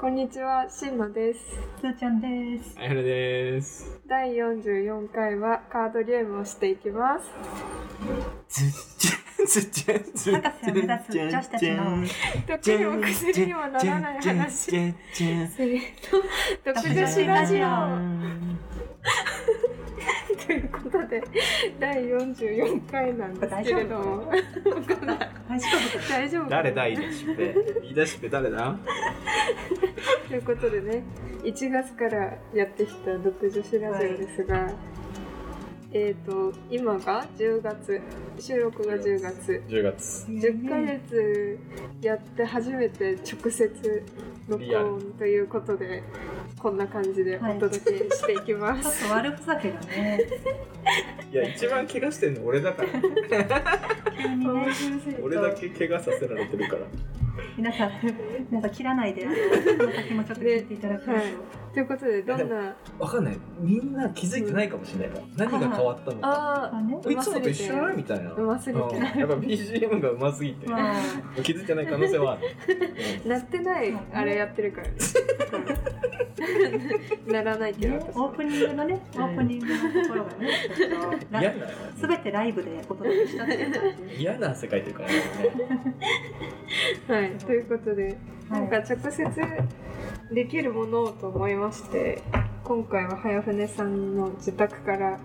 こんにちは、しんのです。すーちゃんです。あやるです。第44回はカードゲームをしていきます。ずっちゃん、ずっちゃん、ずっ博士を目指す女子たちの毒にも薬にもならない話。じゃんじゃんじゃんじゃんじゃんせーの、毒女子ラジオということで、第44回なんですけれども、大丈夫大丈夫誰だ、イダシペ。イダシペ誰だということでね、1月からやってきた毒女子ラジオですが、えっ、と、今が10月、収録が10月。 ?10 月。 10ヶ月やって初めて直接録リア音ルということでこんな感じでお届けしていきまちょっす。 と悪ふざけがね。いや、一番怪我してんの俺だから。急にね面白すぎた俺だけ怪我させられてるから。皆さん、皆さん切らないで、あのこの先もちょっと聞いていただくと。はいということでどんなわかんない。みんな気づいてないかもしれないから。何が変わったのか。ああね、いつもと一緒じゃないみたいな。うますぎてうんやっぱ BGM がうますぎて。まあ、気づいてない可能性はある。ー鳴ってないあれやってるからね。鳴らないけどね、私オーはプニングのね、オープニングのところがね、ちょっと嫌ラ、な、すべてライブでお届けしたっていう感じで。嫌な世界というかね。はいということではないんか直接できるものをと思いまして今回は早船さんの自宅から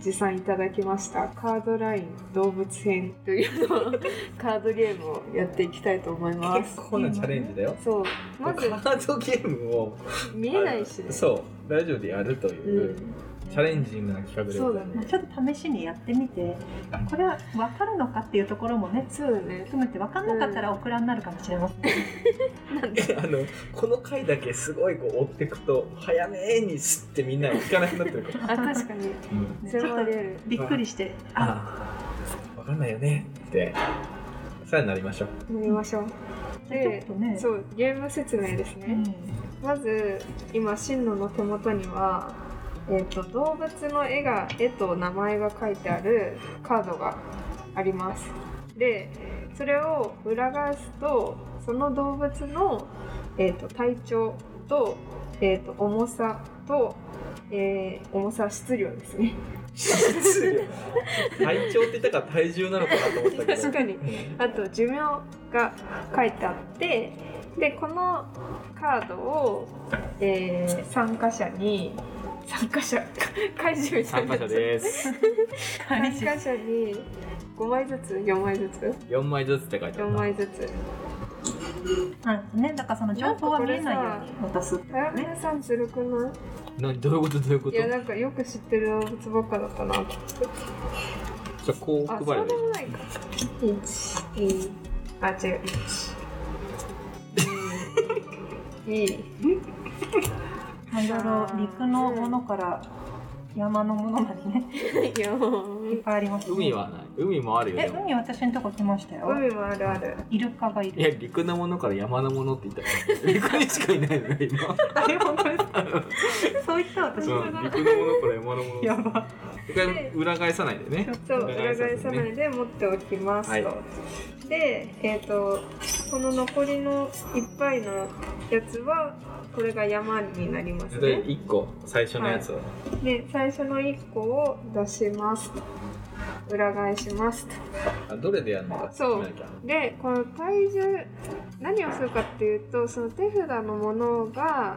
持参いただきましたカードライン動物編というのをカードゲームをやっていきたいと思います結構なチャレンジだよ。そうカまずードゲームを見えないしねそうラジオでやるという、ん、チャレンジングな企画でございままあすちょっと試しにやってみて、これはわかるのかっていうところもね、そうだね含めて分かんなかったらオクラになるかもしれません。 あのこの回だけすごいこう追っていくと早めにすってみんなが聞かなくなってるから、あ確かにうんそれもあり得るびっくりして、あ、ああ分かんないよねってさあなりま しょう飲みましょうちょっとね、そうゲーム説明ですね、うんまず今進路の手元には、えー、と動物の絵が絵と名前が書いてあるカードがありますでそれを裏返すとその動物の、えー、と体長と,、えー、と重さと、えー重さ質量ですね体調って言ったから体重なのかなと思ったけど確かにうんあと寿命が書いてあってでこのカードを、えー参加者に参加者 怪獣みたい参にな加っちゃ者うですはい参加者に5枚ずつ4枚ずつ4枚ずつって書いてあ4るな枚ずつうんね、だからその情報は見えないように渡すってこと早ね。船さんずるくななどういうことどういうこいいとやなんかよく知ってる動物ばっかだったなじゃあこうあ配そうればでいいもないか12あ 違う1いいいろいろ陸のものから山のものまでね、いやもう いっぱいあります、ね。海はない海もあるよえ、でも海私のとこ来ましたよ。海もあるあるイルカがいいやる。陸のものから山のものって言ったら陸にしかいないのよ 今あれ本当ですか。 そう言った私。うん、陸のものから山のもの。やば。一回裏返さないでね。そう裏返さないで持っておきますと、はいで、えー、とこの残りの1杯のやつはこれが山になりますでね、一個最初のやつを。で最初の1個を出しますと裏返しますとあどれでやるのか。そう決めなきゃでこの体重何をするかっていうとその手札のものが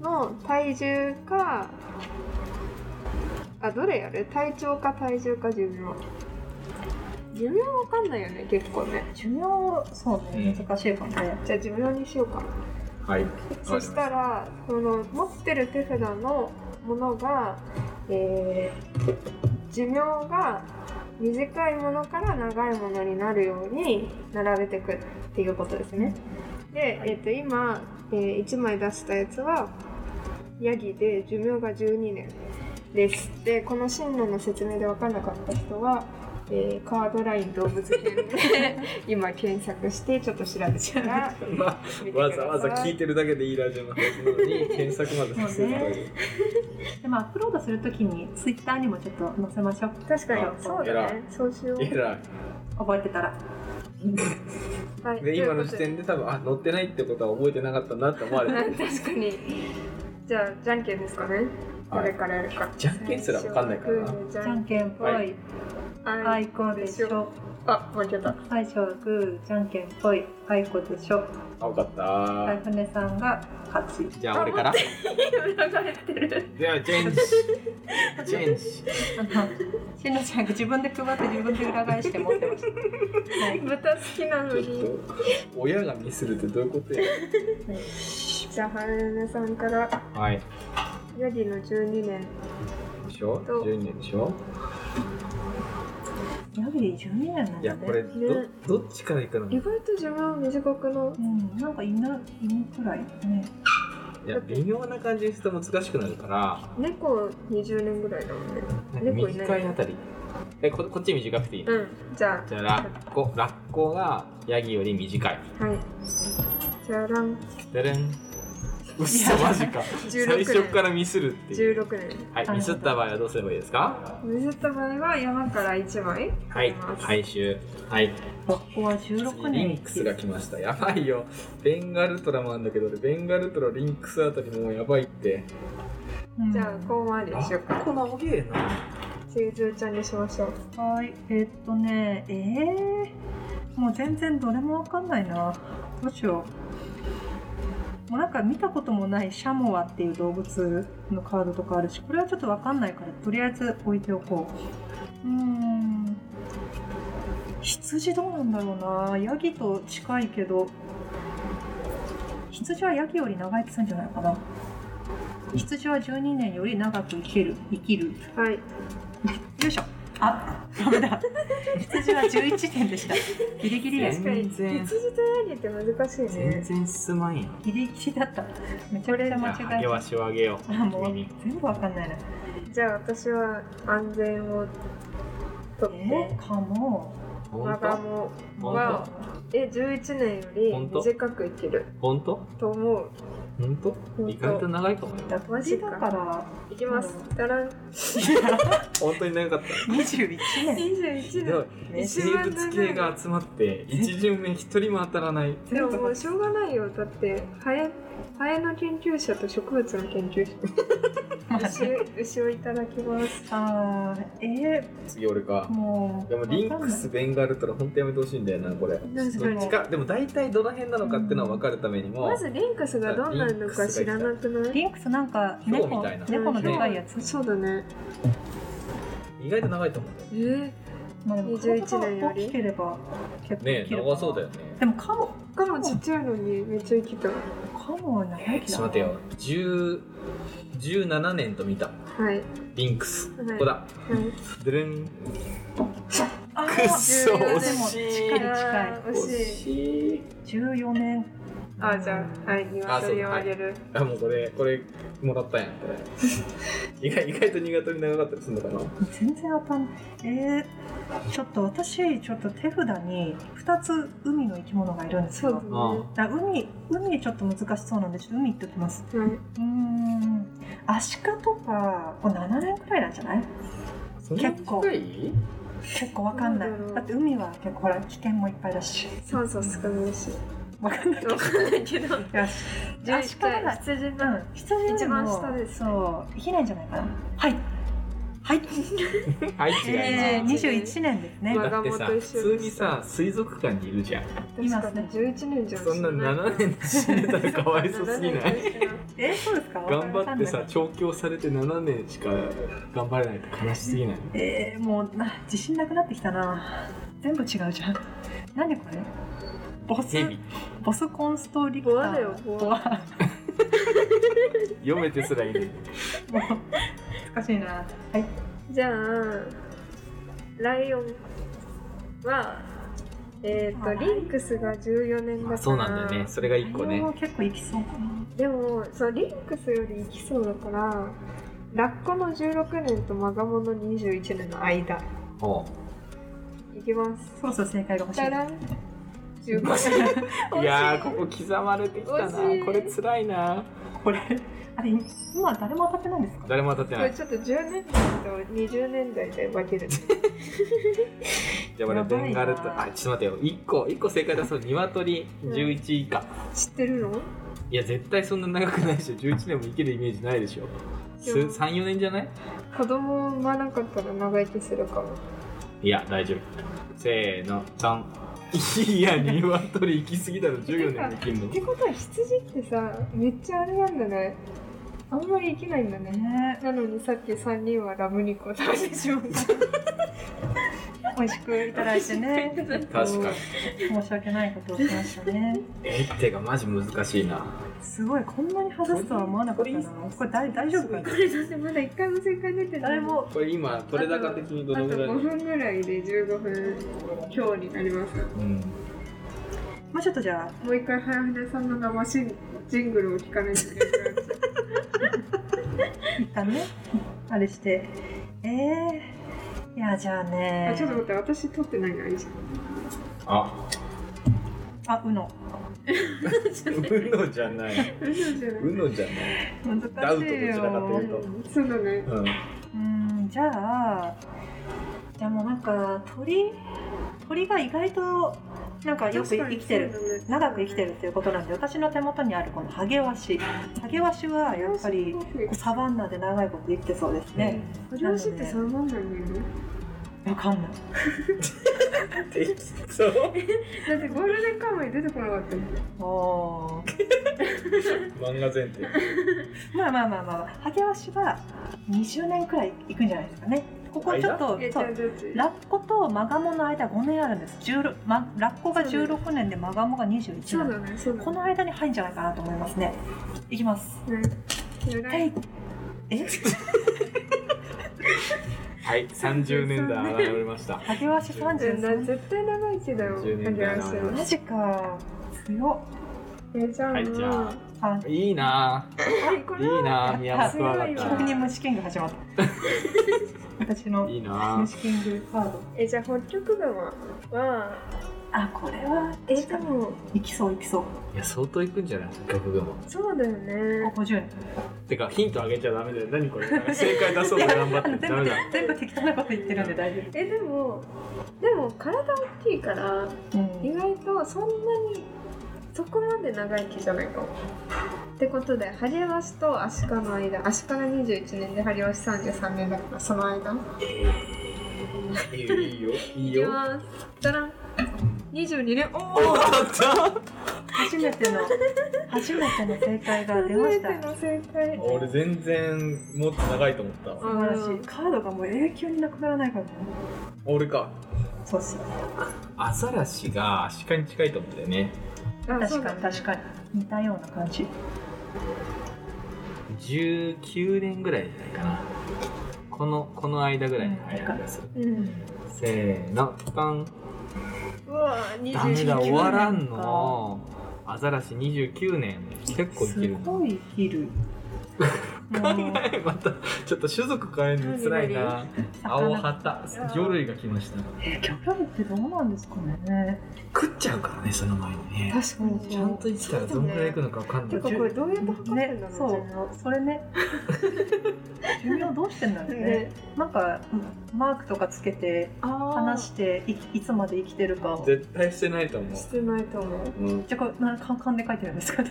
の体重かあどれやる体長か体重か寿命寿命わかんないよね結構ね寿命そうねうん難しいかもね。じゃあ寿命にしようかなはい。そしたらその持ってる手札のものが、えー寿命が短いものから長いものになるように並べていくっていうことですね。で、えー、と今、え1枚出したやつはヤギで寿命が12年です。でこの進路の説明で分からなかった人は、えーカードライン動物編 で今検索してちょっと調べてからま見てくあ、だ わさいざわざ聞いてるだけでいいラジオのはずなのに、検索までさせるという。でもアップロードするときにツイッターにもちょっと載せましょう。確かにあ そうだねそうしようえらい。オ覚えてたらはい、で今の時という点で多分あ乗ってないってことは覚えてなかったなって思われことてで 確かにじゃあじゃんけんですかねはどれいからやるかじゃんけんすらわかんないから最な初はグーじじゃゃんんけんぽはいあいこでしょあ負けた最初はグーじゃんけんぽいあいこでしょあ分かった大船さんが勝ちじゃあ俺から流れてるじゃあチェンジチェンジあのしのちゃんが自分で配って自分で裏返して持ってましたは い豚好きなのちょっにと親がミスるってどういうことやじゃあはるねさんからはいヤギの12年でしょそう12年でしょヤギで12年なんだねいやこれねどどっちからいくの意外と自分は短くのうん、なんか犬犬くらいねいや微妙な感じにすると難しくなるから猫20年ぐらいだもんねなんか猫いない短いあたりえここっち短くていいの、うんじゃじゃあラッコラッコがヤギより短いあはいじゃあランでれんうっそマジか16最年初からミスるっていう16年はいミスった場合はどうすればいいですか水った場合は山から1枚は取いります回収はいここは16リ年ンクスが来ましたやばいよベンガルトラもあるんだけど俺ベンガルトラリンクスあたりもうやばいってじゃあこう回りにしようかこなおげえなチーズちゃんにしましょううんはいえっとねえー、もう全然どれもわかんないなどうしようもうなんか見たこともないシャモワっていう動物のカードとかあるしこれはちょっとわかんないからとりあえず置いておこううーん羊どうなんだろうなヤギと近いけど羊はヤギより長生きするんじゃないかな羊は12年より長く生きる生きるはいよいしょ。あ、ダメだ。羊は11点でした。ギリギリです。確かに全然羊とヤギって難しい全ね然進まんやんギリギリだった。めちゃくちゃ間違じゃあえげた。わしをあげようあ、もう君に全部わかんないな。じゃあ私は安全をえ取ってかも。本マガモ当は本え11年より本当短く生きる当本当と思う本本当当意外と長いかもよだマジかだから。いきますだらん本当に長かった21年。ひ21どい年ね一生番長い物系が集まって一巡目一人も当たらないでももうしょうがないよだってハエハエの研究者と植物の研究者ま あ牛牛をいただきますあーえ次俺かー、もう。でもリンクスベンガルトラ本当やめてほしいんだよなこれ確かに近でも大体どの辺なのかっていうのを分かるためにもまずリンクスがどんなのか知らなくないリンクスなんかヒョウ猫みたいな猫のでかいやつ。そうだね意外と長いと思うんだよえー、まあでも体が大きければ結構ね生きえるかな長そうだよねでもカモしかもちっちゃいのにめっちゃ生きたはカモは長生きちょだな。っと待てよ10 17年と見たいはいリンクスここだでれんあー。くっそ14惜年もし近いいあー惜しいしい14年あじゃあはい鶏をあげるあもうこれこれもらったやんこれ 意外意外と鶏長かったりするのかな全然当たんえー、ちょっと私ちょっと手札に2つ海の生き物がいるんですそうよだだ海海ちょっと難しそうなんでちょっと海行っときますねはいうーんアシカとかこれ7年くらいなんじゃないそんな結構近い結構わかんないどうだろうだって海は結構ほら危険もいっぱいだし酸素少ないしわかんないわかんないけどよしアシカなら羊うのん羊よりも一番下ですそう生きないんじゃないかなはいはいはい違 いえー、ます、 21年ですねまだってさ長友と普一緒通にさ水族館にいるじゃん確かに11年じゃそんな7年で死んでたらかわいそう すぎないえー、そうですか頑張ってわさかんない調教されて7年しか頑張れないって悲しすぎないえー、もうな自信なくなってきたな全部違うじゃん何これボスヘビボスコンストリクターボアだよボアボア読めてすらいるもう難しいなはいじゃあライオンはえっ、あとリンクスが14年だからそうなんだよねそれが1個ねライオンは結構いきそうかなでもそうリンクスよりいきそうだからラッコの16年とマガモの21年の間ほいきますそろそろ正解が欲しいたらん15年ういやーここ刻まれてきたな惜しいこれ辛いなこれあれ今誰も当たってないんですか誰も当たってこなれいちょっと10年代と20年代で分けるじゃやあこればいなベンガルとあちょっと待ってよ一個一個正解出そう鶏11以下、知ってるのいや絶対そんな長くないでしょ11年も生きるイメージないでしょでも34年じゃない子供産まなかったら長生きするかもいや大丈夫せーの3いや鶏行き過ぎだろ14年も生きんっのてことは羊ってさめっちゃあれなんだねあんまり生きないんだねねなのにさっき3人はラム肉を食べてしまった美味しくいただいてね確かに申し訳ないことをしましたね一手がマジ難しいなすごいこんなに外すとは思わなかったなこれ大大丈夫かなこ れだってまだ1回も正解出てない誰もこれ今取れ高的にどあとのぐらい5分ぐらいで15分強になりますうんまあちょっとじゃあもう一回早船さんの生シンジングルを聞かないといけない一旦ねあれしてええいやじゃあね あちょっと待って私撮ってないのいいじゃんああうのうのじゃない嘘じゃないうのじゃない難しいよダウトどちらかというとうんそうだねうんうんじゃあじゃあもうなんか鳥鳥が意外となんかよく生きてる長く生きてるるっていうことなんで私の手元にあるこのハゲワシハゲワシはやっぱりサバンナで長いこと生きてそうですね、漁師ってそうなんだよねわかんないできそうだってゴールデンカムイ出てこなかったもんおー漫画前提まあまあまあまあまあハゲワシは20年くらい行くんじゃないですかねここちょっとえじそゃあうどっちラッコとマガモの間5年あるんです16、ま、ラッコが16年でマガモが21年そうだねそうだこの間に入るんじゃないかなと思いますねいきますねね偉はいいえはい30年代現れましたハゲワシ絶33対長生きだよ10年ハゲだなワシは マジか強っえじゃあはいじゃああいいなこぁれいいはなぁ宮本クワガ強急にいタ虫キング始まった 私のいいなぁ虫キングカードえじゃあ北極熊はあこれはえ確でかにもいきそういきそういや相当いくんじゃない曲がもそうだよね50年てかヒントあげちゃダメだよ何これ 正解出そうと頑張って全るダメ部だ全部適当なこと言ってるんで大丈えでもでも体大きいから夫、意外とそんなにそこまで長生きじゃないかも。ってことでハリワシとアシカの間アシカが21年でハリワシ33年だからその間いいよいいよいいいきよますじゃらん22年おおおー初めての初めての正解が出初まめしてたの正解俺全然もっと長いと思ったわ素晴らしいカードがもう永久になくならないからね俺かそうっすよアザラシがアシカに近いと思うんだよねあそう確かだにね確かに似たような感じ19年ぐらいじゃないかなこのこの間ぐらいの間でするうんせーのパンうわ二ダメだ終わらん29のアザラシ29年結構いすけるなごい生 きる考もうえ またちょっと種族変えるのつらいな青魚旗魚類が来ましたえ魚類ってどうなんですかね食っちゃうからねその前にね確かにちゃんと生きたらどんぐらいいくのか分かんなていかこれどうやって測ってんだねろそううそ れね寿命どうしてんだろう自ね分ねなんかマークとかつけて話していいつまで生きてるかを絶対してないと思うしてないと思ううんじゃあこれなか勘で書いてる んですか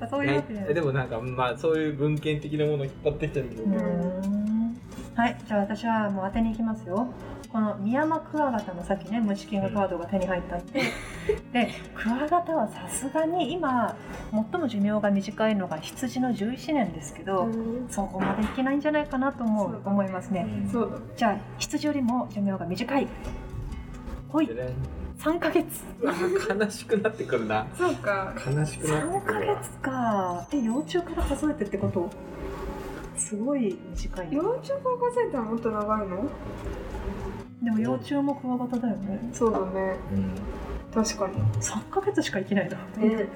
あそういうわけじゃなえいでもなんかまあそういう文献的なものを引っ張ってきてるけどうーんはいじゃあ私はもう当てに行きますよこのミヤマクワガタのさっきね虫キングカードが手に入ったって、でクワガタはさすがに今最も寿命が短いのが羊の11年ですけど、うんそこまでいけないんじゃないかなと思そううだね思いますねそうだねじゃあ羊よりも寿命が短いほい3ヶ月うわ悲しくなってくるなそうか悲しくな3ってくヶるわ月かで幼虫から数えてってことすごい短いね幼虫高校生ってもっと長いのでも幼虫もクワガタだよねそうだねうん確かに3ヶ月しか生きないだね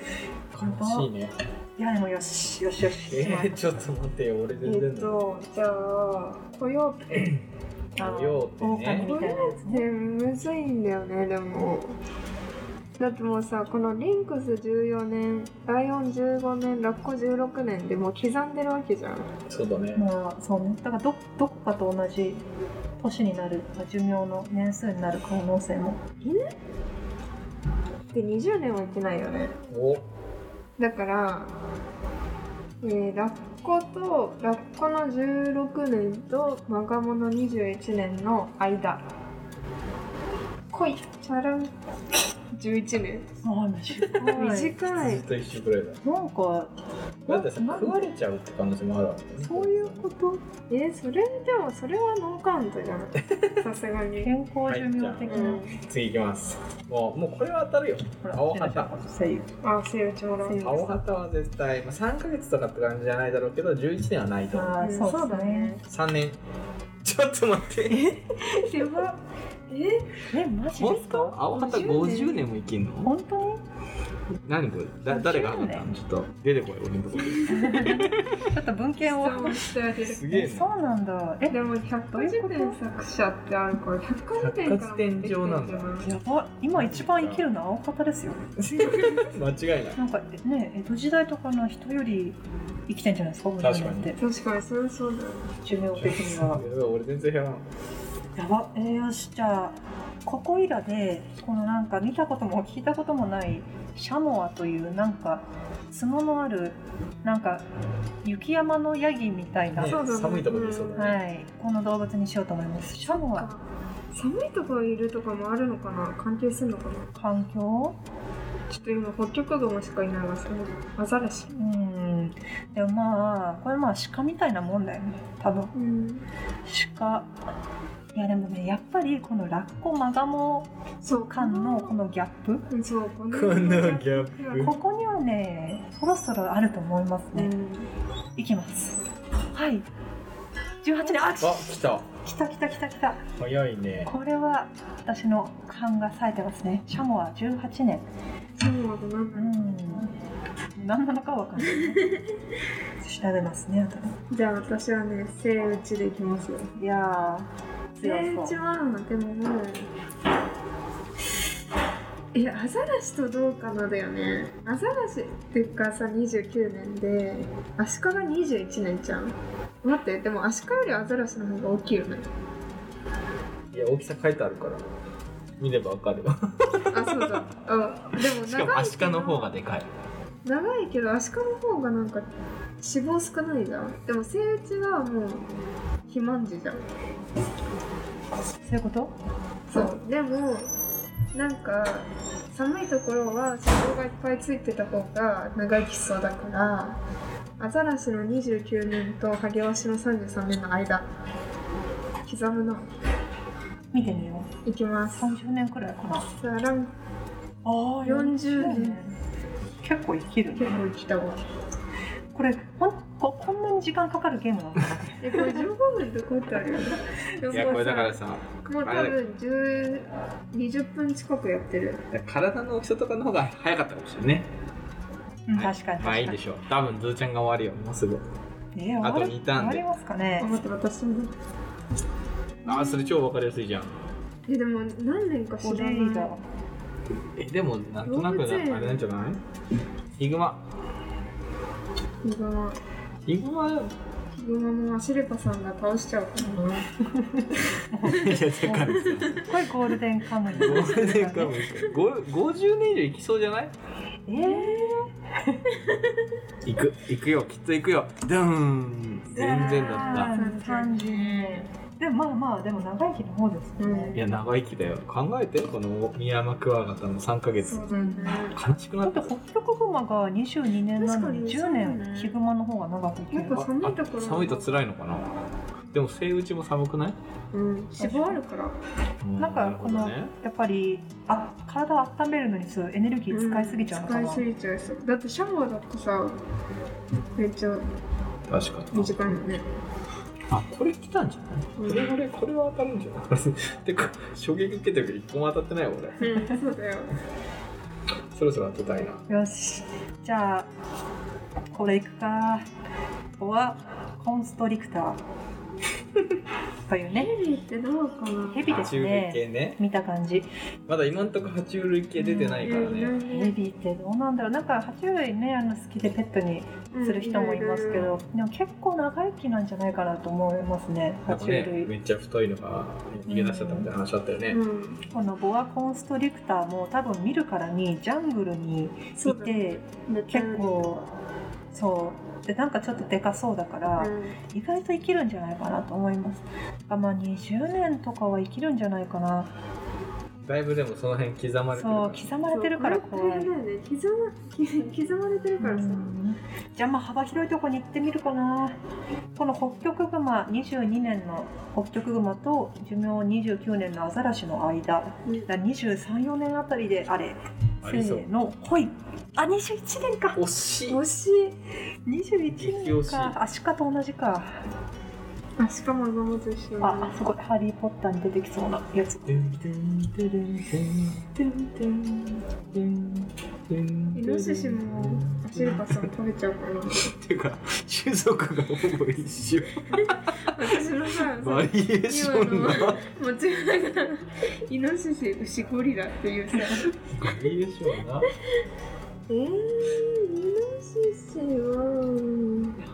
悲しいねいやでもよしよしよしえー、ちょっと待ってよ俺え全っ然だよとじゃあコヨーテあのようって狼ねみたいなやつってねむずいんだよねでもだってもうさこのリンクス14年ライオン15年ラッコ16年でもう刻んでるわけじゃんそうだねまあそうねだからどどこかと同じ年になる寿命の年数になる可能性もで20年は生きないよねおだから、えーラッコとラッコの16年とマガモの21年の間こいチャラン11年あ短い短いずっと一緒ぐらいだなんかだってさな食われちゃうって可能性もあるわけねそういうことえーそれでもそれはノーカウントじゃない さすがに、健康寿命的うな、ん、次いきますもうもうこれは当たるよほら青手の旗ひら左右あセイウチョウラン青旗は絶対、まあ、3ヶ月とかって感じじゃないだろうけど11年はないとああうんそうだね3年ちょっと待ってそうだねやばええマジで本す当か青旗50年も生きんの本当に何これだ誰が50旗年ちょっと出てこい俺のとこちょっと文献を質問してあげるすげええなそうなんだえでも百科事典作者ってあるから百科事典から持ってきてんじゃ百科ない事典上なやば今一番生きるのは青方ですよ 間違いないなんかね江戸時代とかの人より生きてんじゃないですか確かに50年って確かにそれはそうだよね寿命的には俺全然平和なのやばえー、よしじゃあここいらでこのなんか見たことも聞いたこともないシャモアというなんか角のあるなんか雪山のヤギみたいな、ねそうだね寒いとこにいそうだね、はいこの動物にしようと思いますシャモア寒いところにいるとかもあるのかな関係するのかな環境ちょっと今北極熊しかいないわそのアザラシうんでもまあこれまあ鹿みたいなもんだよね多分うん鹿いやでもねやっぱりこのラッコマガモそう間のこのギャップうんそうここのギャッここにはねそろそろあると思いますうね、んいきます。はい。十八年。あ、プあ来た来た来た来た来た。早いねこれは私の勘が冴えてますね。シャモは十八年。そうだなんうだろん。何なのかわかんない、 ね。調べますね。後でうじゃあ私はねセイウチでいきますよいやセイー。ウチ強そう。はでももういやアザラシとどうかなだよねアザラシっていうかさ29年でアシカが21年じゃん待ってでもアシカよりアザラシの方が大きいよねいや大きさ書いてあるから見ればわかるあ そうだあでも長いけどしかもアシカの方がでかい長いけどアシカの方がなんか脂肪少ないじゃんでもセイウチはもう肥満児じゃんそういうこと。そうでもなんか寒いところは脂肪がいっぱいついてた方が長生きしそうだからアザラシの29年とハゲワシの33年の間刻むな見てみよいきまう。す三十年くらいかな。あさあランあ、 40年。結構生きる、結ね。構生きたわこれ、ほん、こ、こんなに時間かかるゲームなのかな。えこれ15分とこってあるよねでもいやこれだからさもう多分10 20分近くやってる体の大きさとかの方が早かったかもしれないねうん、確かに。まあいい確かでに。しょう多分ズーちゃんが終わるよもうすぐえー、終あとわ二り。ター終ンわでりますかねあ。待って私もああそれ超わかりやすいじゃんえでも何年か知こられないいだ。えでもなんとなく動物園なあれなんじゃないヒグマヒグマヒグマ いやヒグマもシルパさんが倒しちゃうからなすごだからさいゴールデンカムイ。ゴールデンカムイご50年以上いきそうじゃないえー、行く行くよきっと行くよドーン全然だっ三十年。でもまあまあでも長生きの方ですようたいね。や長生きだよ考えてこのミヤマクワガタの3ヶ月そうだよね悲しくなだっってた北極熊が二十二年なのに確10かにそうだ年ねヒグマの方が長く生きやるっ。ぱ寒いところあ寒いと辛いのかなでもセイウチも寒くないうん脂肪あるからなんうかこのなるやっぱりあ体を温めるのにすごいエネルギー使いすぎちゃうのかうんな。使いすぎちゃいそうだってシャワーだってさめっちゃほどね確かに短いもんねあこれ来たんじゃないこれこれこれは当たるんじゃない てか衝撃受けてるけど一個も当たってないよ俺うんそうだよそろそろ当てたいなよし、じゃあこれいくか。ここはコンストリクター。というね。ヘビってどうかなヘビで爬す虫類ね。系ね見た感じ。まだ今んとこ爬虫類系出てないからね、ヘビってどうなんだろう。なんか爬虫類ね、あの好きでペットにする人もいますけ。ど、でも結構長生きなんじゃないかなと思いますね。な爬んか虫ね類。めっちゃ太いのが逃げ出しちゃったみたいな話あったよね、うんうんこのボアコンストリクターも多分見るからにジャングルにそいうだねて結構そうでなんかちょっとでかそうだから、う意外と生きるんじゃないかなと思いますあまあ20年とかは生きるんじゃないかなだいぶでもその辺刻まれてるかそうら刻まれてるから怖いそうあれってあれだよね刻ま刻まれてるからさ。うんじゃあまあ幅広いとこに行ってみるかなこの北極熊22年の北極熊と寿命29年のアザラシの間うんだ234年あたりであれあせりそうーのほいあ21年か惜しい惜しい。21年激惜しいかあ鹿と同じかあしかも子供と一緒あすごい「ハリー・ポッター」に出てきそうなやつイノシシもシルバさん食べちゃうかっていうか種族がほぼ一緒な。私のさ、バリエーションが今間違いながらイノシシ、牛、ゴリラっていうさ。バリエーションがえー、イノシシは。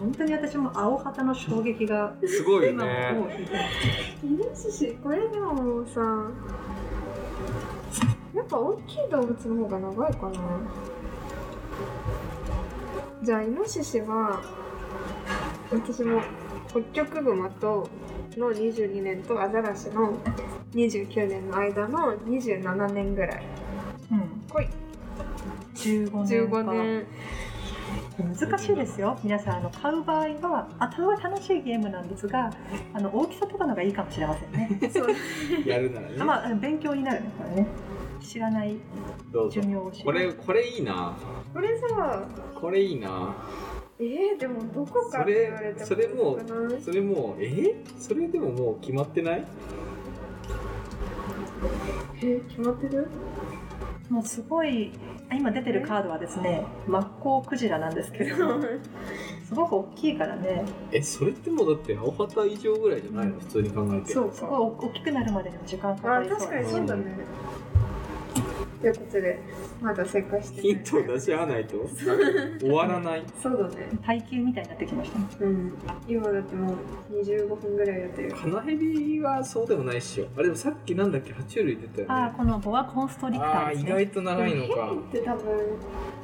本当に私も青旗の衝撃がすごいよ今もねうひどいイノシシこれでもさやっぱ大きい動物の方が長いかなじゃあイノシシは私もホッキョクグマとの22年とアザラシの29年の間の27年ぐらいうん来い15年か15年難しいですよ皆さんあの買う場合は頭は楽しいゲームなんですがあの大きさとかのがいいかもしれません ねそうやるならね、あまあ勉強になるねこれね知らないどうぞ寿命を知るこれこれいいなこれさこれいいなえー、でもどこかって言われてそれそれ難しくないそれもうえそれでももう決まってないえー決まって るもうすごいあ今出てるカードはですねマッコウクジラなんですけどすごく大きいからねえそれってもうだって青旗以上ぐらいじゃないの普通に考えてそうすごい大きくなるまでにも時間かかありそう確かにそうだね。ということでまだ正解してない。ヒントを出し合わないと終わらないそうだね。耐久みたいになってきましたねうん。今だってもう25分ぐらいやってる。カナヘビはそうでもないっしょあでもさっきなんだっけ爬虫類出たよねああこのボアコンストリクタあーーです意ね外と長いのかヘビって多分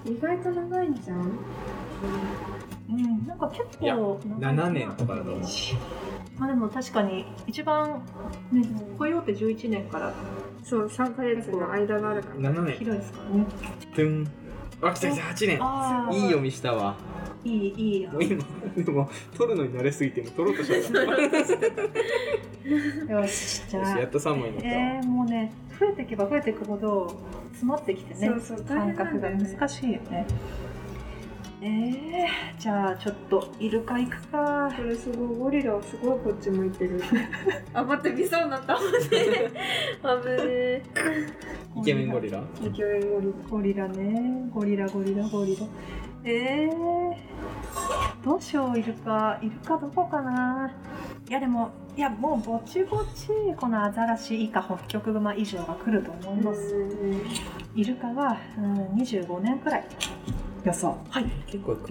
意外と長いんじゃん。うんなんか結構いや長い7年とかだと思うまあでも確かに一番ね雇用って11年からそう3ヶ月の間があるから。 7年広いですからねドゥンあ来た来た8年あーいい読みしたわいいいいもう今でも取るのに慣れすぎても取ろうとしちゃったよよしじゃしあやっと3枚になった、えー、もうね増えていけば増えていくほど詰まってきてねそうそう感覚が難い。しいよねえー、じゃあちょっとイルカ行くかこれすごいゴリラはすごいこっち向いてる。 あ待って見そうになった。危ねえ。危ねえ。イケメンゴリライケメンゴリラ。ゴリラねゴリラゴリラゴリラえー、どうしようイルカイルカどこかないやでもいやもうぼちぼちこのアザラシ以下ホッキョクグマ以上が来ると思います、うんうんイルカは、うん、25年くらい予想はい結構いく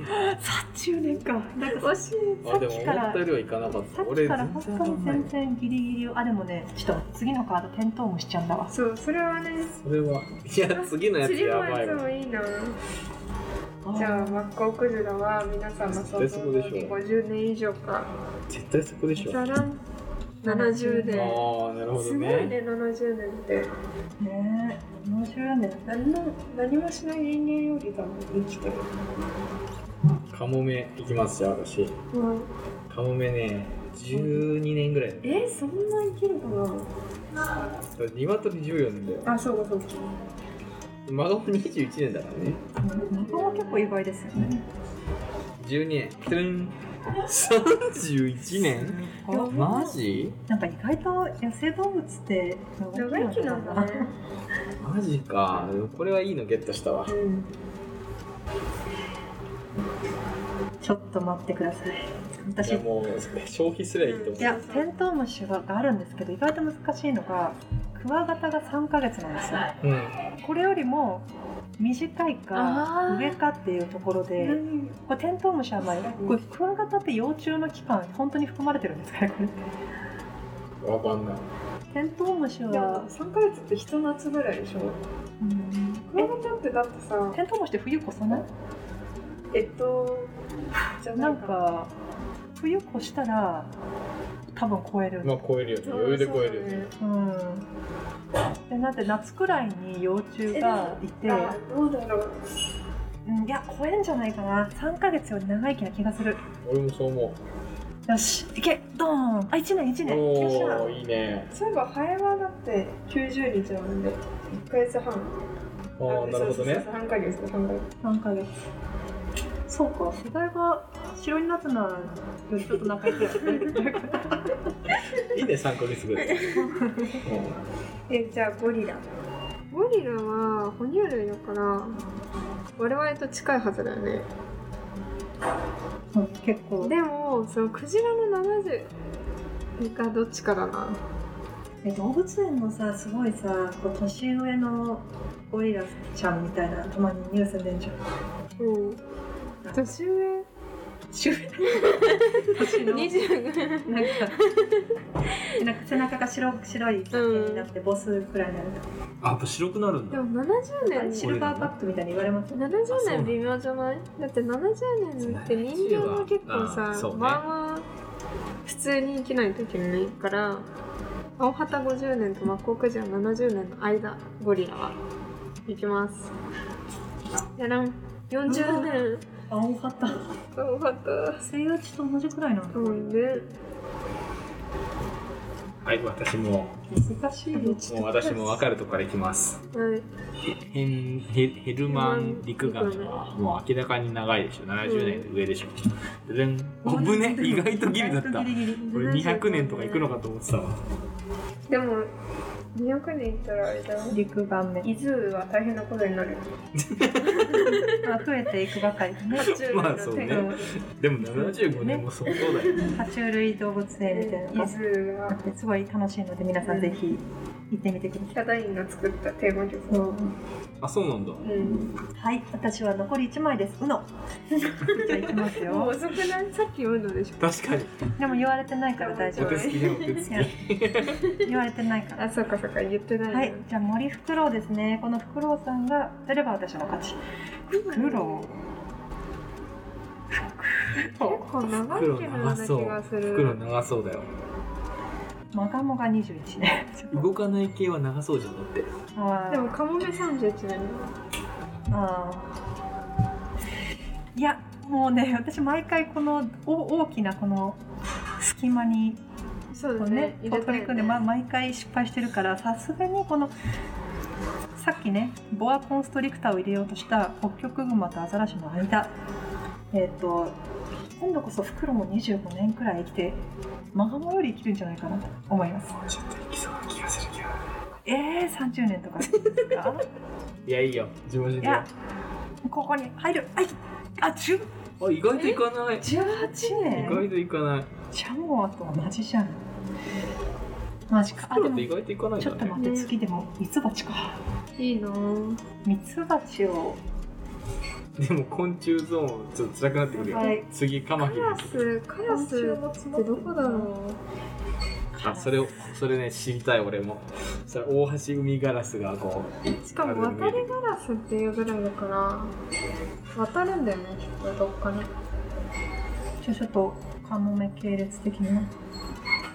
30年かなんか惜しい。さあっでもき思かったらよりはいかなかっさたっき俺から本当に全然わかん全ない然ギリギリをあでもねちょっと次のカードテントウムしちゃうんだわそう、それはね、それはいや次のやつ次やのばやいつわもいいな。じゃあ、マッコウクジラは皆さんの想像通り50年以上か。絶対そこでしょさらん、70あ年。ーなるほどすごいねね、70年って。ねえ面白いね何の何もしない人間よりだもん、生きてる。カモメいきますよ私うん、カモメね12年ぐらいだえ、そんな生きるかニワトリ14年だよなあ、そうかそうか。マガモ21年だからね僕も結構意外ですよね12年トゥルン31年いやマジなんか意外と野生動物って長生きなんだね。マジかこれはいいのゲットしたわうん。あちちょっと待ってください私じゃあいもう消費すりゃいいと思ういやテントウムシがあるんですけど意外と難しいのがクワガタが3ヶ月なんですようんこれよりも短いあかー上かっていうところでこれテントウムシはまあこれクワガタって幼虫の期間本当に含まれてるんですかねこれわかんないテントウムシでもは、 3ヶ月ってひと夏ぐらいでしょうんクワガタってだってさえテントウムシって冬越さないえっとじゃななんいかなか冬越したら多分超える、まあ超えるよねそう余裕で超えるよねそううんでなんで夏くらいに幼虫がいて、だねあどうだろううん、いや超えんじゃないかな3ヶ月より長生きな気がする俺もそう思よしいけドーンあ1年1年うよっしおゃおいいねそういえばハエはだって90日なんで1ヶ月半ああなるほどね3ヶ月3ヶ月3ヶ月そうか世代が白になったのはよりちょっと長生きだねいいね3ヶ月ぐらい、うんえじゃあゴリラゴリラは哺乳類だから我々と近いはずだよね うん結構でもそのクジラの70がどっちかだなえ動物園のさすごいさこう年上のゴリラちゃんみたいなたまにニュースでんじ ゃんうん年上年上の20なんかなんか背中が白白いになってボスくらいになるあやっぱ白くなるんでだも70あれ年シルバーバックみたいに言われます70年微妙じゃないだって70年って人形も結構あさそうねまあまあ普通に生きないといけないから青旗50年とマッコウクジラ70年の間ゴリラはいきますやらん40年青旗青旗セイウチと同じくらいなんだうんねはい私も難しいよもう私も 分かるとこからいきますはいヘンヘヘルマン・リクガンはもう明らかに長いでしょ70年で上でしょ、うでんおぶ ね意外とギリだったギリギリ俺200年とかいくのかと思ってたわでも200年いったらあれだよ陸眼目伊豆は大変なことになるよまあ増えていくばかりでね爬虫類のまあそうね手がでも75年も相当だよ、爬虫類動物園みたいなのが伊豆あはってすごい楽しいので皆さんぜひ行ってみてくださいヒャダインが作ったテーマ曲そうあそうなんだうんはい私は残り1枚ですうのじゃあいき ますもうよ遅くないさっき読んだでしょ確かにでも言われてないから大丈お夫手つきでお手つきいや言われてないからあ、そうかそうか、言ってないなはい、じゃあ森フクロウですね。このフクロウさんが出れば私の勝ち。フクロウ。結構長いけどような気がす袋る。長そうだよマガモが21ね。動かない系は長そうじゃんだってあでもカモメ三十一だね。ーあー。いや、もうね、私毎回このお大きなこの隙間にそうだこうねね。、こう取り組んで、まあ、毎回失敗してるからさすがにこのさっきねボアコンストリクターを入れようとしたホッキョクグマとアザラシの間えっ、と今度こそフクロウも25年くらい生きてマガモより生きるんじゃないかなと思いますちょっといきそうな気がするけどえー、30年 とかですかいやいいよ自分でいやここに入るはいあ十あ意外といかない18意年外といかないシャモアと同じじゃんマジかあで袋っもて意外といかないんちだょっとね待って次でもミツバチかいいなぁ。ミツバチを でも昆虫ゾーンちょっと辛くなってくるよ、はい次カカマキリラス、カラスってどこだろあそれをそれね知りたい俺 もそれ大橋海ガラスがこう。しかも渡りガラスっていうぐらいだから。渡るんだよね、きっとどっかに。じゃあちょっとカモメ系列的な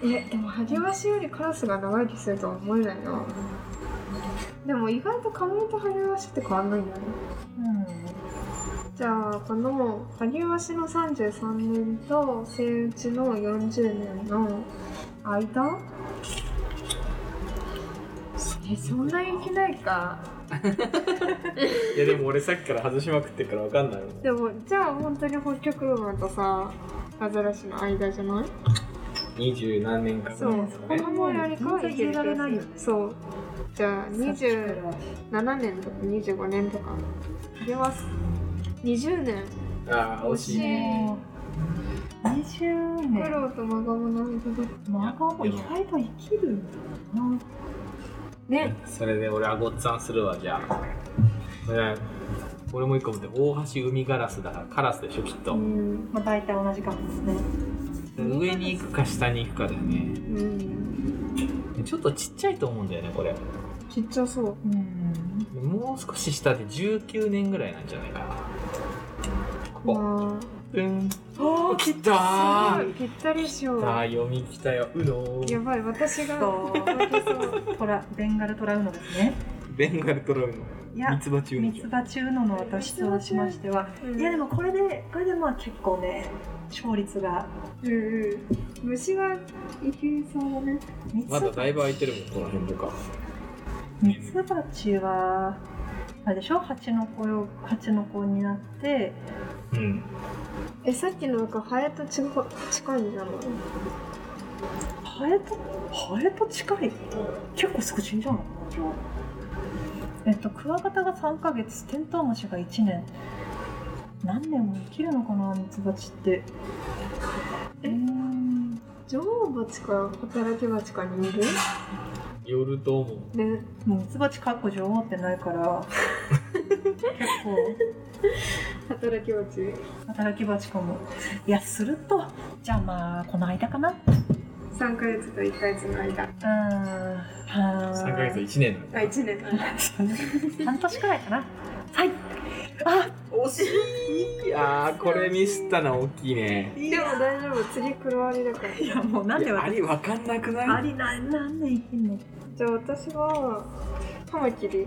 え、でもハゲワシよりカラスが長生きするとは思えないな。でも意外とカモメとハゲワシって変わんないんだね。うじゃあこの羽生橋の33年とセイウチの40年の間えそんなに生きないかういやでも俺さっきから外しまくってるからわかんないもんでもじゃあ本当に北極馬とさアザラシの間じゃない二十何年かそうねこのもよりかは生きる気がす全然入れられないよるねそうじゃあん27年とか25年とか入れます20年ああ、惜しいね。もう20苦年労とマガモの間でマガも意外と生きるんだなねそれで俺はごっつぁんするわじゃあ俺俺も一個持って大橋海ガラスだからカラスでしょきっとうんまあ大体同じ感じですね上に行くか下に行くかだよねうんちょっとちっちゃいと思うんだよねこれちっちゃそううんもう少し下で19年ぐらいなんじゃないかなここあうんあ来たーぴったりしようさあ読み来たようのやばい私がそう負けそうトラベンガルトラウノですねベンガルトロイのいやミツバチウニミツバチウノの私としましては うんいやでもこれでこれでまあ結構ね勝率がうんうん虫はいけそうだねミツまだだいぶ空いてるもん、この辺とか。ミツバチはあれでしょ蜂の子よ蜂の子になってうんえさっきのなんかハエと違う近いんじゃないハエとハエと近い結構少しいじゃないえっとクワガタが3ヶ月テントウムシが1年何年も生きるのかなミツバチってえうーん女王蜂か働き蜂かにいるよると思う。ねもうミツバチかっこ女王ってないから 結構働き蜂働き蜂かもいやするとじゃあまあこの間かな3ヶ月と1ヶ月の間うんはー3ヶ月1年あ1年の間半年くらいかなはいあ惜しいあーこれミスったな大きいねでも大丈夫次黒アリだからいやもうなんでいやあ私りわかんなくないありななんで生きんのじゃあ私はカマキリ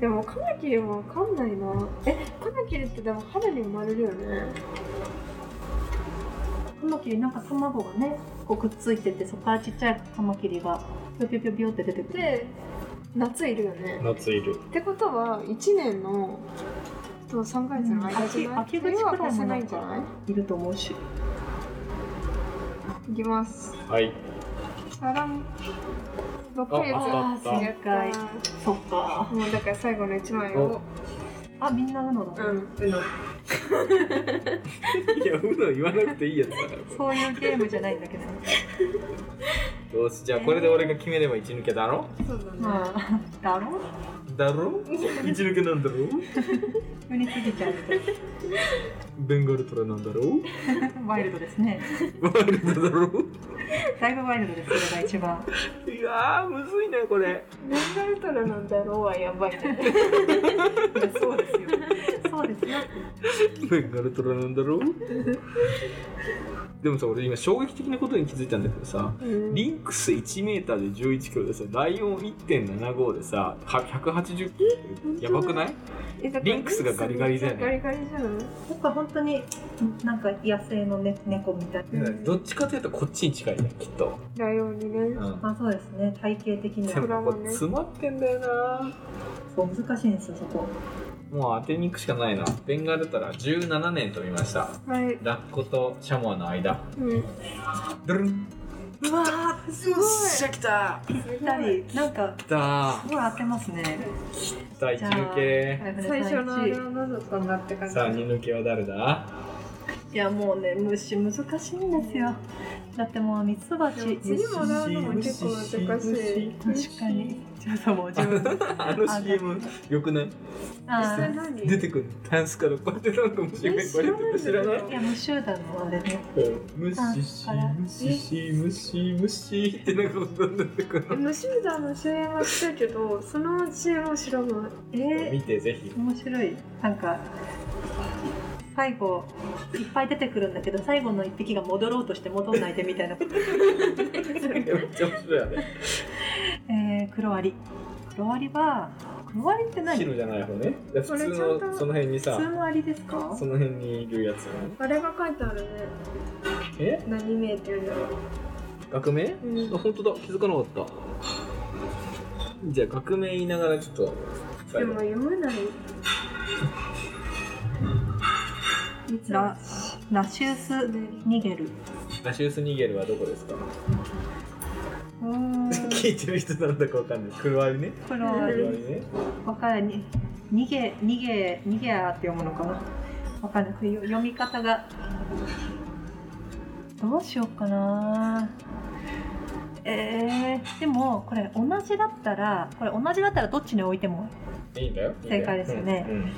でもカマキリもわかんないなえカマキリってでも春に生まれるよねカマキリなんか卵がねこうくっついててそこからちっちゃいカマキリがピョピョピョピョって出てくるで夏いるよね夏いる。ってことは1年のと3ヶ月の間じゃない、うん秋秋口くらい冬もは越せないんじゃないいると思うしいきますはい。サラン6ヶあ月ああったああったや正った解ーそっかもうだから最後の1枚をあみんなうのうだ、んうのいや、うの言わなくていいやつだから。こそういうゲームじゃないんだけどれよし、じゃあこれで俺が決めれば一抜けだろそうだねまあだろだろ一抜けなんだろ 急に過ぎちゃうと ベンガルトラなんだろワイルドですねワイルドだろだいぶワイルドですそれが一番いやー、むずいね、これ。ベンガルトラなんだろうはやばいねそうですよ そうですよベンガルトラなんだろ でもさ、俺今衝撃的なことに気づいたんだけどさ、うんリンクス1メーターで11キロでさ、ライオン1.75でさ、は180キロ。やばくない？えだからリンクスがガリガリだよねガリガリじゃないなんか本当になんか野生の、ね、猫みたいうんどっちかというとこっちに近いね、きっと。ライオンにねうん。まあそうですね体型的にではそうもここ詰まってんだよな。そう難しいんですよそこもう当てに行くしかないな。ベンガルトラ17年と見ました。はいラッコとシャモアの間。うんドゥルン。うわーすごいゃ来た。すごたいりなんか来たす。ごい当てますね第一抜け。最初のあいれは何だったんだって感じさあ二抜けは誰だ？やもうね虫難しいんですよだってもうミツバでもチ次もらうのも結構難しい。確かにち ょっともう自分のあの CM よくない？それあ何出てくるタンスからこうやってなんか面白いこれって知らないーいや無集団のあれねムシシムシシムシムシってなんかどんどん出てくえる無集団の CM はしたけど、その CM を知らない。えー見てぜひ面白いなんか最後いっぱい出てくるんだけど最後の一匹が戻ろうとして戻んないでみたいなめっちゃ面白いよね えー、クロアリクロアリはクロアリって何白じゃない方ね普通のその辺に普さ通のアリですかその辺にいるやつねあれが書いてあるね。え何名っていうんだろう。学名うんあ本当だ気づかなかったじゃあ学名言いながらちょっとで最も後読めない。ララシウス・ニゲルうナシウス・ニゲルはどこですかーん聞いてる人なんだかわかんない黒アリねクロア黒アリリねわかるにニゲニゲニゲアって読むのかなわかんないこれよ読み方がどうしようかなえー、でもこれ同じだったらこれ同じだったらどっちに置いてもいいんだよ。正解ですよねうんうん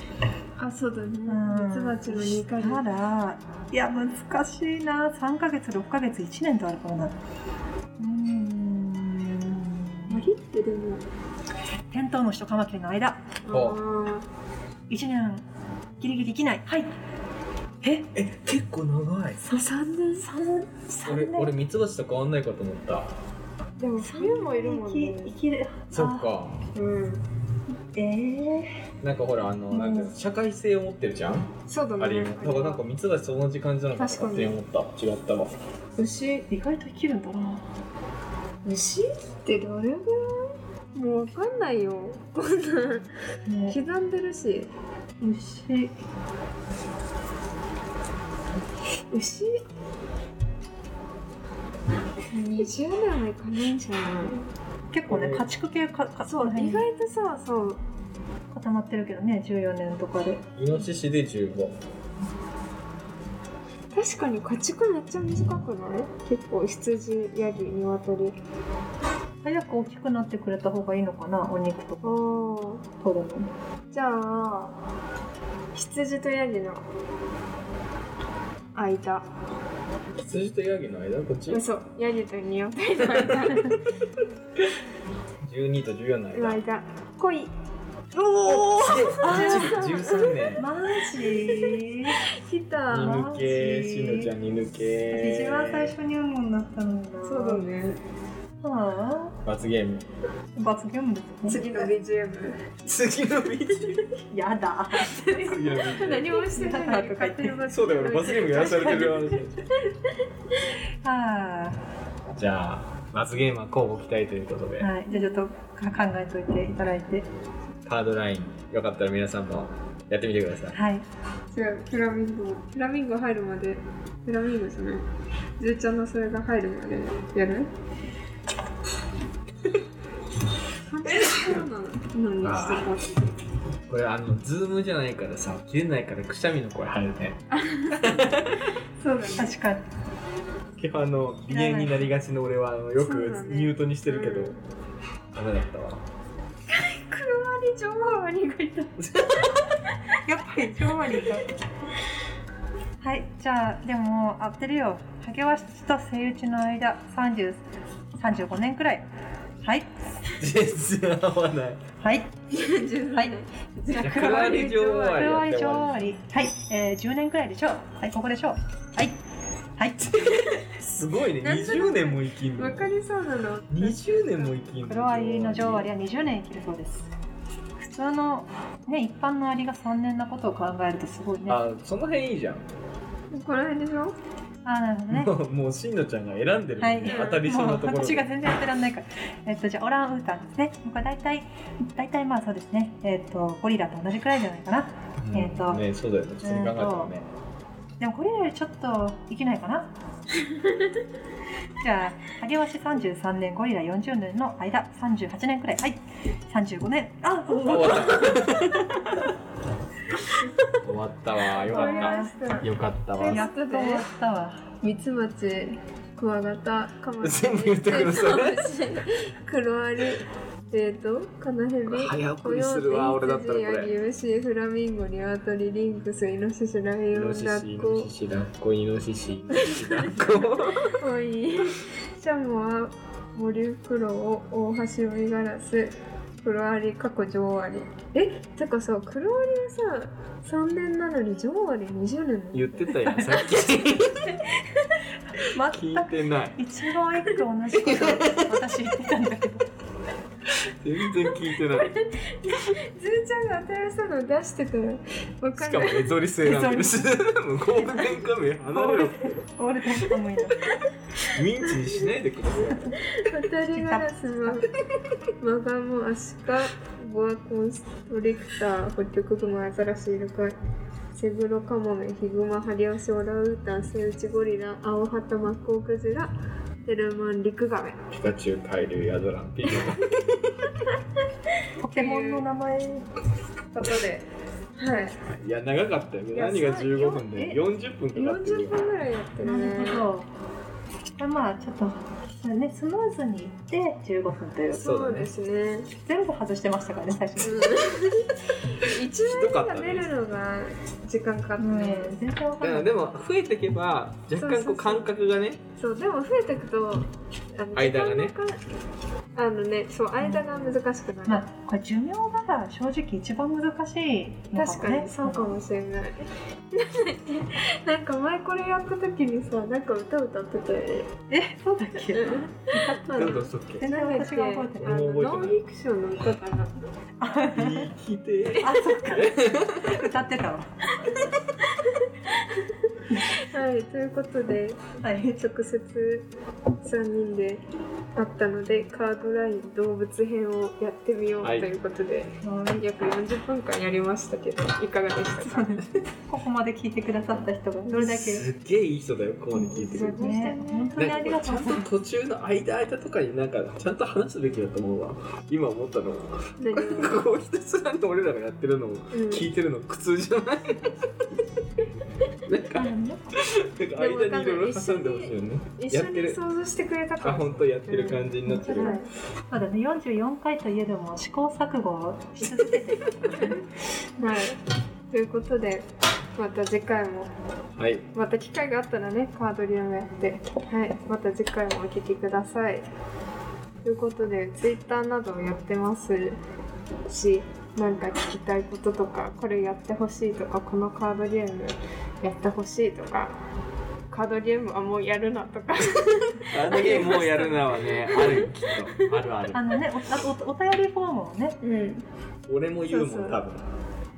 あそうだねうんミツバチの2回ただいや難しいな3ヶ月6ヶ月1年とあるからなうーん無理ってでもテントウムシとカマキリの間おあ1年ギリギリできないはいええ、結構長い。そう3年三俺3俺年ミツバチと変わんないかと思った。でも冬もいるもんね生き生きるそっか。うんえー、なんかほらあのなんていうの社会性を持ってるじゃん。そうだねあれだからなんかミツバチと同じ感じなのかな確かに勝手に思った。違ったわ。牛意外と生きるんだな牛ってどれぐらいもうわかんないよ こんなんね刻んでるし牛牛20年はいかないんじゃな結構ね家畜系かかいそう意外とさそう固まってるけどね14年とかでイノシシで15。確かに家畜めっちゃ短くない結構羊ヤギ鶏早く大きくなってくれた方がいいのかなお肉あとかあそうだねじゃあ羊とヤギの間羊とヤギの間こっち嘘ヤギとニオタイの間12と14のの間。間恋おお。あ13 年。マジ来にた抜け、しのちゃんに抜け。一番最初に産むになったのになねは罰ゲーム。あ罰ゲームですね次の BGM 次 のビーやだチ。何もしてないのに勝手に罰ゲームそうだよ、俺罰ゲームやらされてる話。はじゃあ、罰ゲームはこうご期待ということであ、はいじゃあちょっとか考えといていただいてカードライン、よかったら皆さんもやってみてください。はい違うフラミンゴフラミンゴ入るまでフラミンゴじゃないじゅうちゃんのそれが入るまでやる本当にそうなの何してここれ、あの、ズームじゃないからさ、切れないからくしゃみの声入るね。うそうだね確かに基本、あの、鼻炎になりがちの俺は、あのよくそうだねミュートにしてるけうどん、ダメだったわ。車にジョマワニがいた やっぱり今日まで いたはいじゃあでも合ってるよ竹鷲とセイウチの間30 35年くらいはい全然合わない。はいはいじゃクラリ女王こはれはやっ以て終上終わわりはい、えー、10年くらいでしょうはいここでしょうはいはいり。すごいね、なんとなく20年も生きんのわ。かりそうなの20年も生きんの。黒アリの女王アリは20年生きるそうです普通のね一般のアリが3年なことを考えるとすごいねああ、その辺いいじゃん。この辺でしょあなるほどねもう、もう、しんのちゃんが選んでる、はい当たりそうなところ。もう私が全然やってらんないから。えっと、じゃあ、オランウータンですね。これ大体、大体まあそうですね。えっと、ゴリラと同じくらいじゃないかな。うんえーとね、そうだよね。普通に考えたらね。でも、ゴリラよりちょっといけないかな。じゃあ、ハゲワシ33年、ゴリラ40年の間、38年くらい。はい。35年。ああ終わった。終わったわ。よ終わりかまっしたた。よかったやわ。っと終わったわ。ミツバチクワガタカマキリ全部言ってくださいテントウムシクロアリえーとカナヘビ早コ送りヨするわ、俺だっーたらテこ羊ヤギれ。ウシフラミンゴニワトリリンクスイノシシライイオノンシラシ、イッノコシシ、ラッコ、イノシシ、イノシシラッコ。コイシャモアモリュクロウオオハシオミガラスクロアリ過去女王アリえてかさクロアリはさ3年なのに女王アリ20年なの言ってたよ、さっき。全聞いく。てない。一番一句同じこと私言ってたんだけど全然聞いてない。ずーちゃんが新しいの出してたらわかしんかなもいエゾリス選んでるし、もうゴールデンカメ離れろ。オールデンカムイだミンチにしないでください。当たりガラスはマガモアシカボアコンストリクターホッキョクグマアザラシイルカセグロカモメヒグマハリオシオランウータンセイウチゴリラアオハタマッコウクジラテルマンリクガメピカチュウ、カイルウ、ヤドラン、ピグマ。ポケモンの名前ということではいいや長かったよねいや何がそう15分で40分かかってる40よ分ぐらいやってるなるねほど。じゃあまあちょっと、ね、スムーズにいって15分という。そうですね全部外してましたからね、最初。うん一どか番ったがね出るのが時間かかったうんね、、全然わかんだかならい。でも増えていけば若干こう感覚がねそうでも増えていくとあの間がね時間かあのねそう間が難しくなる、まあ、これ寿命が正直一番難しいの確かにそうかもしれない なんか前これやった時にさなんか歌歌ってたよねえ、そうだっけなんどうだだっっけけ全然私が覚えてあない。の俺も覚ノンフえてないィクションの歌かな聞いてあ、そっか。歌ってたわ。はいということではい。直接3人で会ったのでカードライン動物編をやってみようとはいいうことで、約40分間やりましたけどいかがでしたそうかですここまで聞いてくださった人がどれだけ。 すっげえいい人だよここに聞いてくれて。ね、本当になあんりかがちとゃうんと途中の間間とかになんかちゃんと話すべきだと思うわ今思ったの何をこうひたすらに俺らがやってるのをうん聞いてるの苦痛じゃない なんかなんか間にいろいろ挟んでほしいよね一や緒ってにる想像してくれたかあら本当やってる感じになってる、はいまだね、44回といえども試行錯誤をし続けていくはいということでまた次回もはいまた機会があったらねカードリアムやってはいまた次回もお聞きくださいということでツイッターなどをやってますしなんか聞きたいこととかこれやってほしいとかこのカードリアムやってほしいとかカードリアムはもうやるなとかあのゲームをやるのはね、あるよきっと。あるあるあ。のねおあとおお便りフォームをねうん俺も言うもそうんそう多分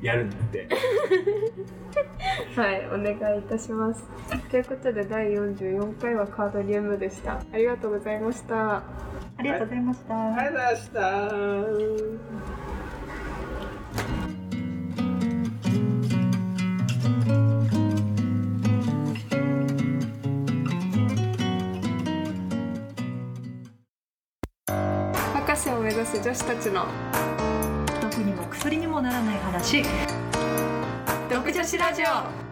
やるんだって。 はいお願いいたしますということで第44回はカードリアムでしたありがとうございましたありがとうございました、ありがとうございました博士を目指す女子たちの毒にも薬にもならない話独女子ラジオ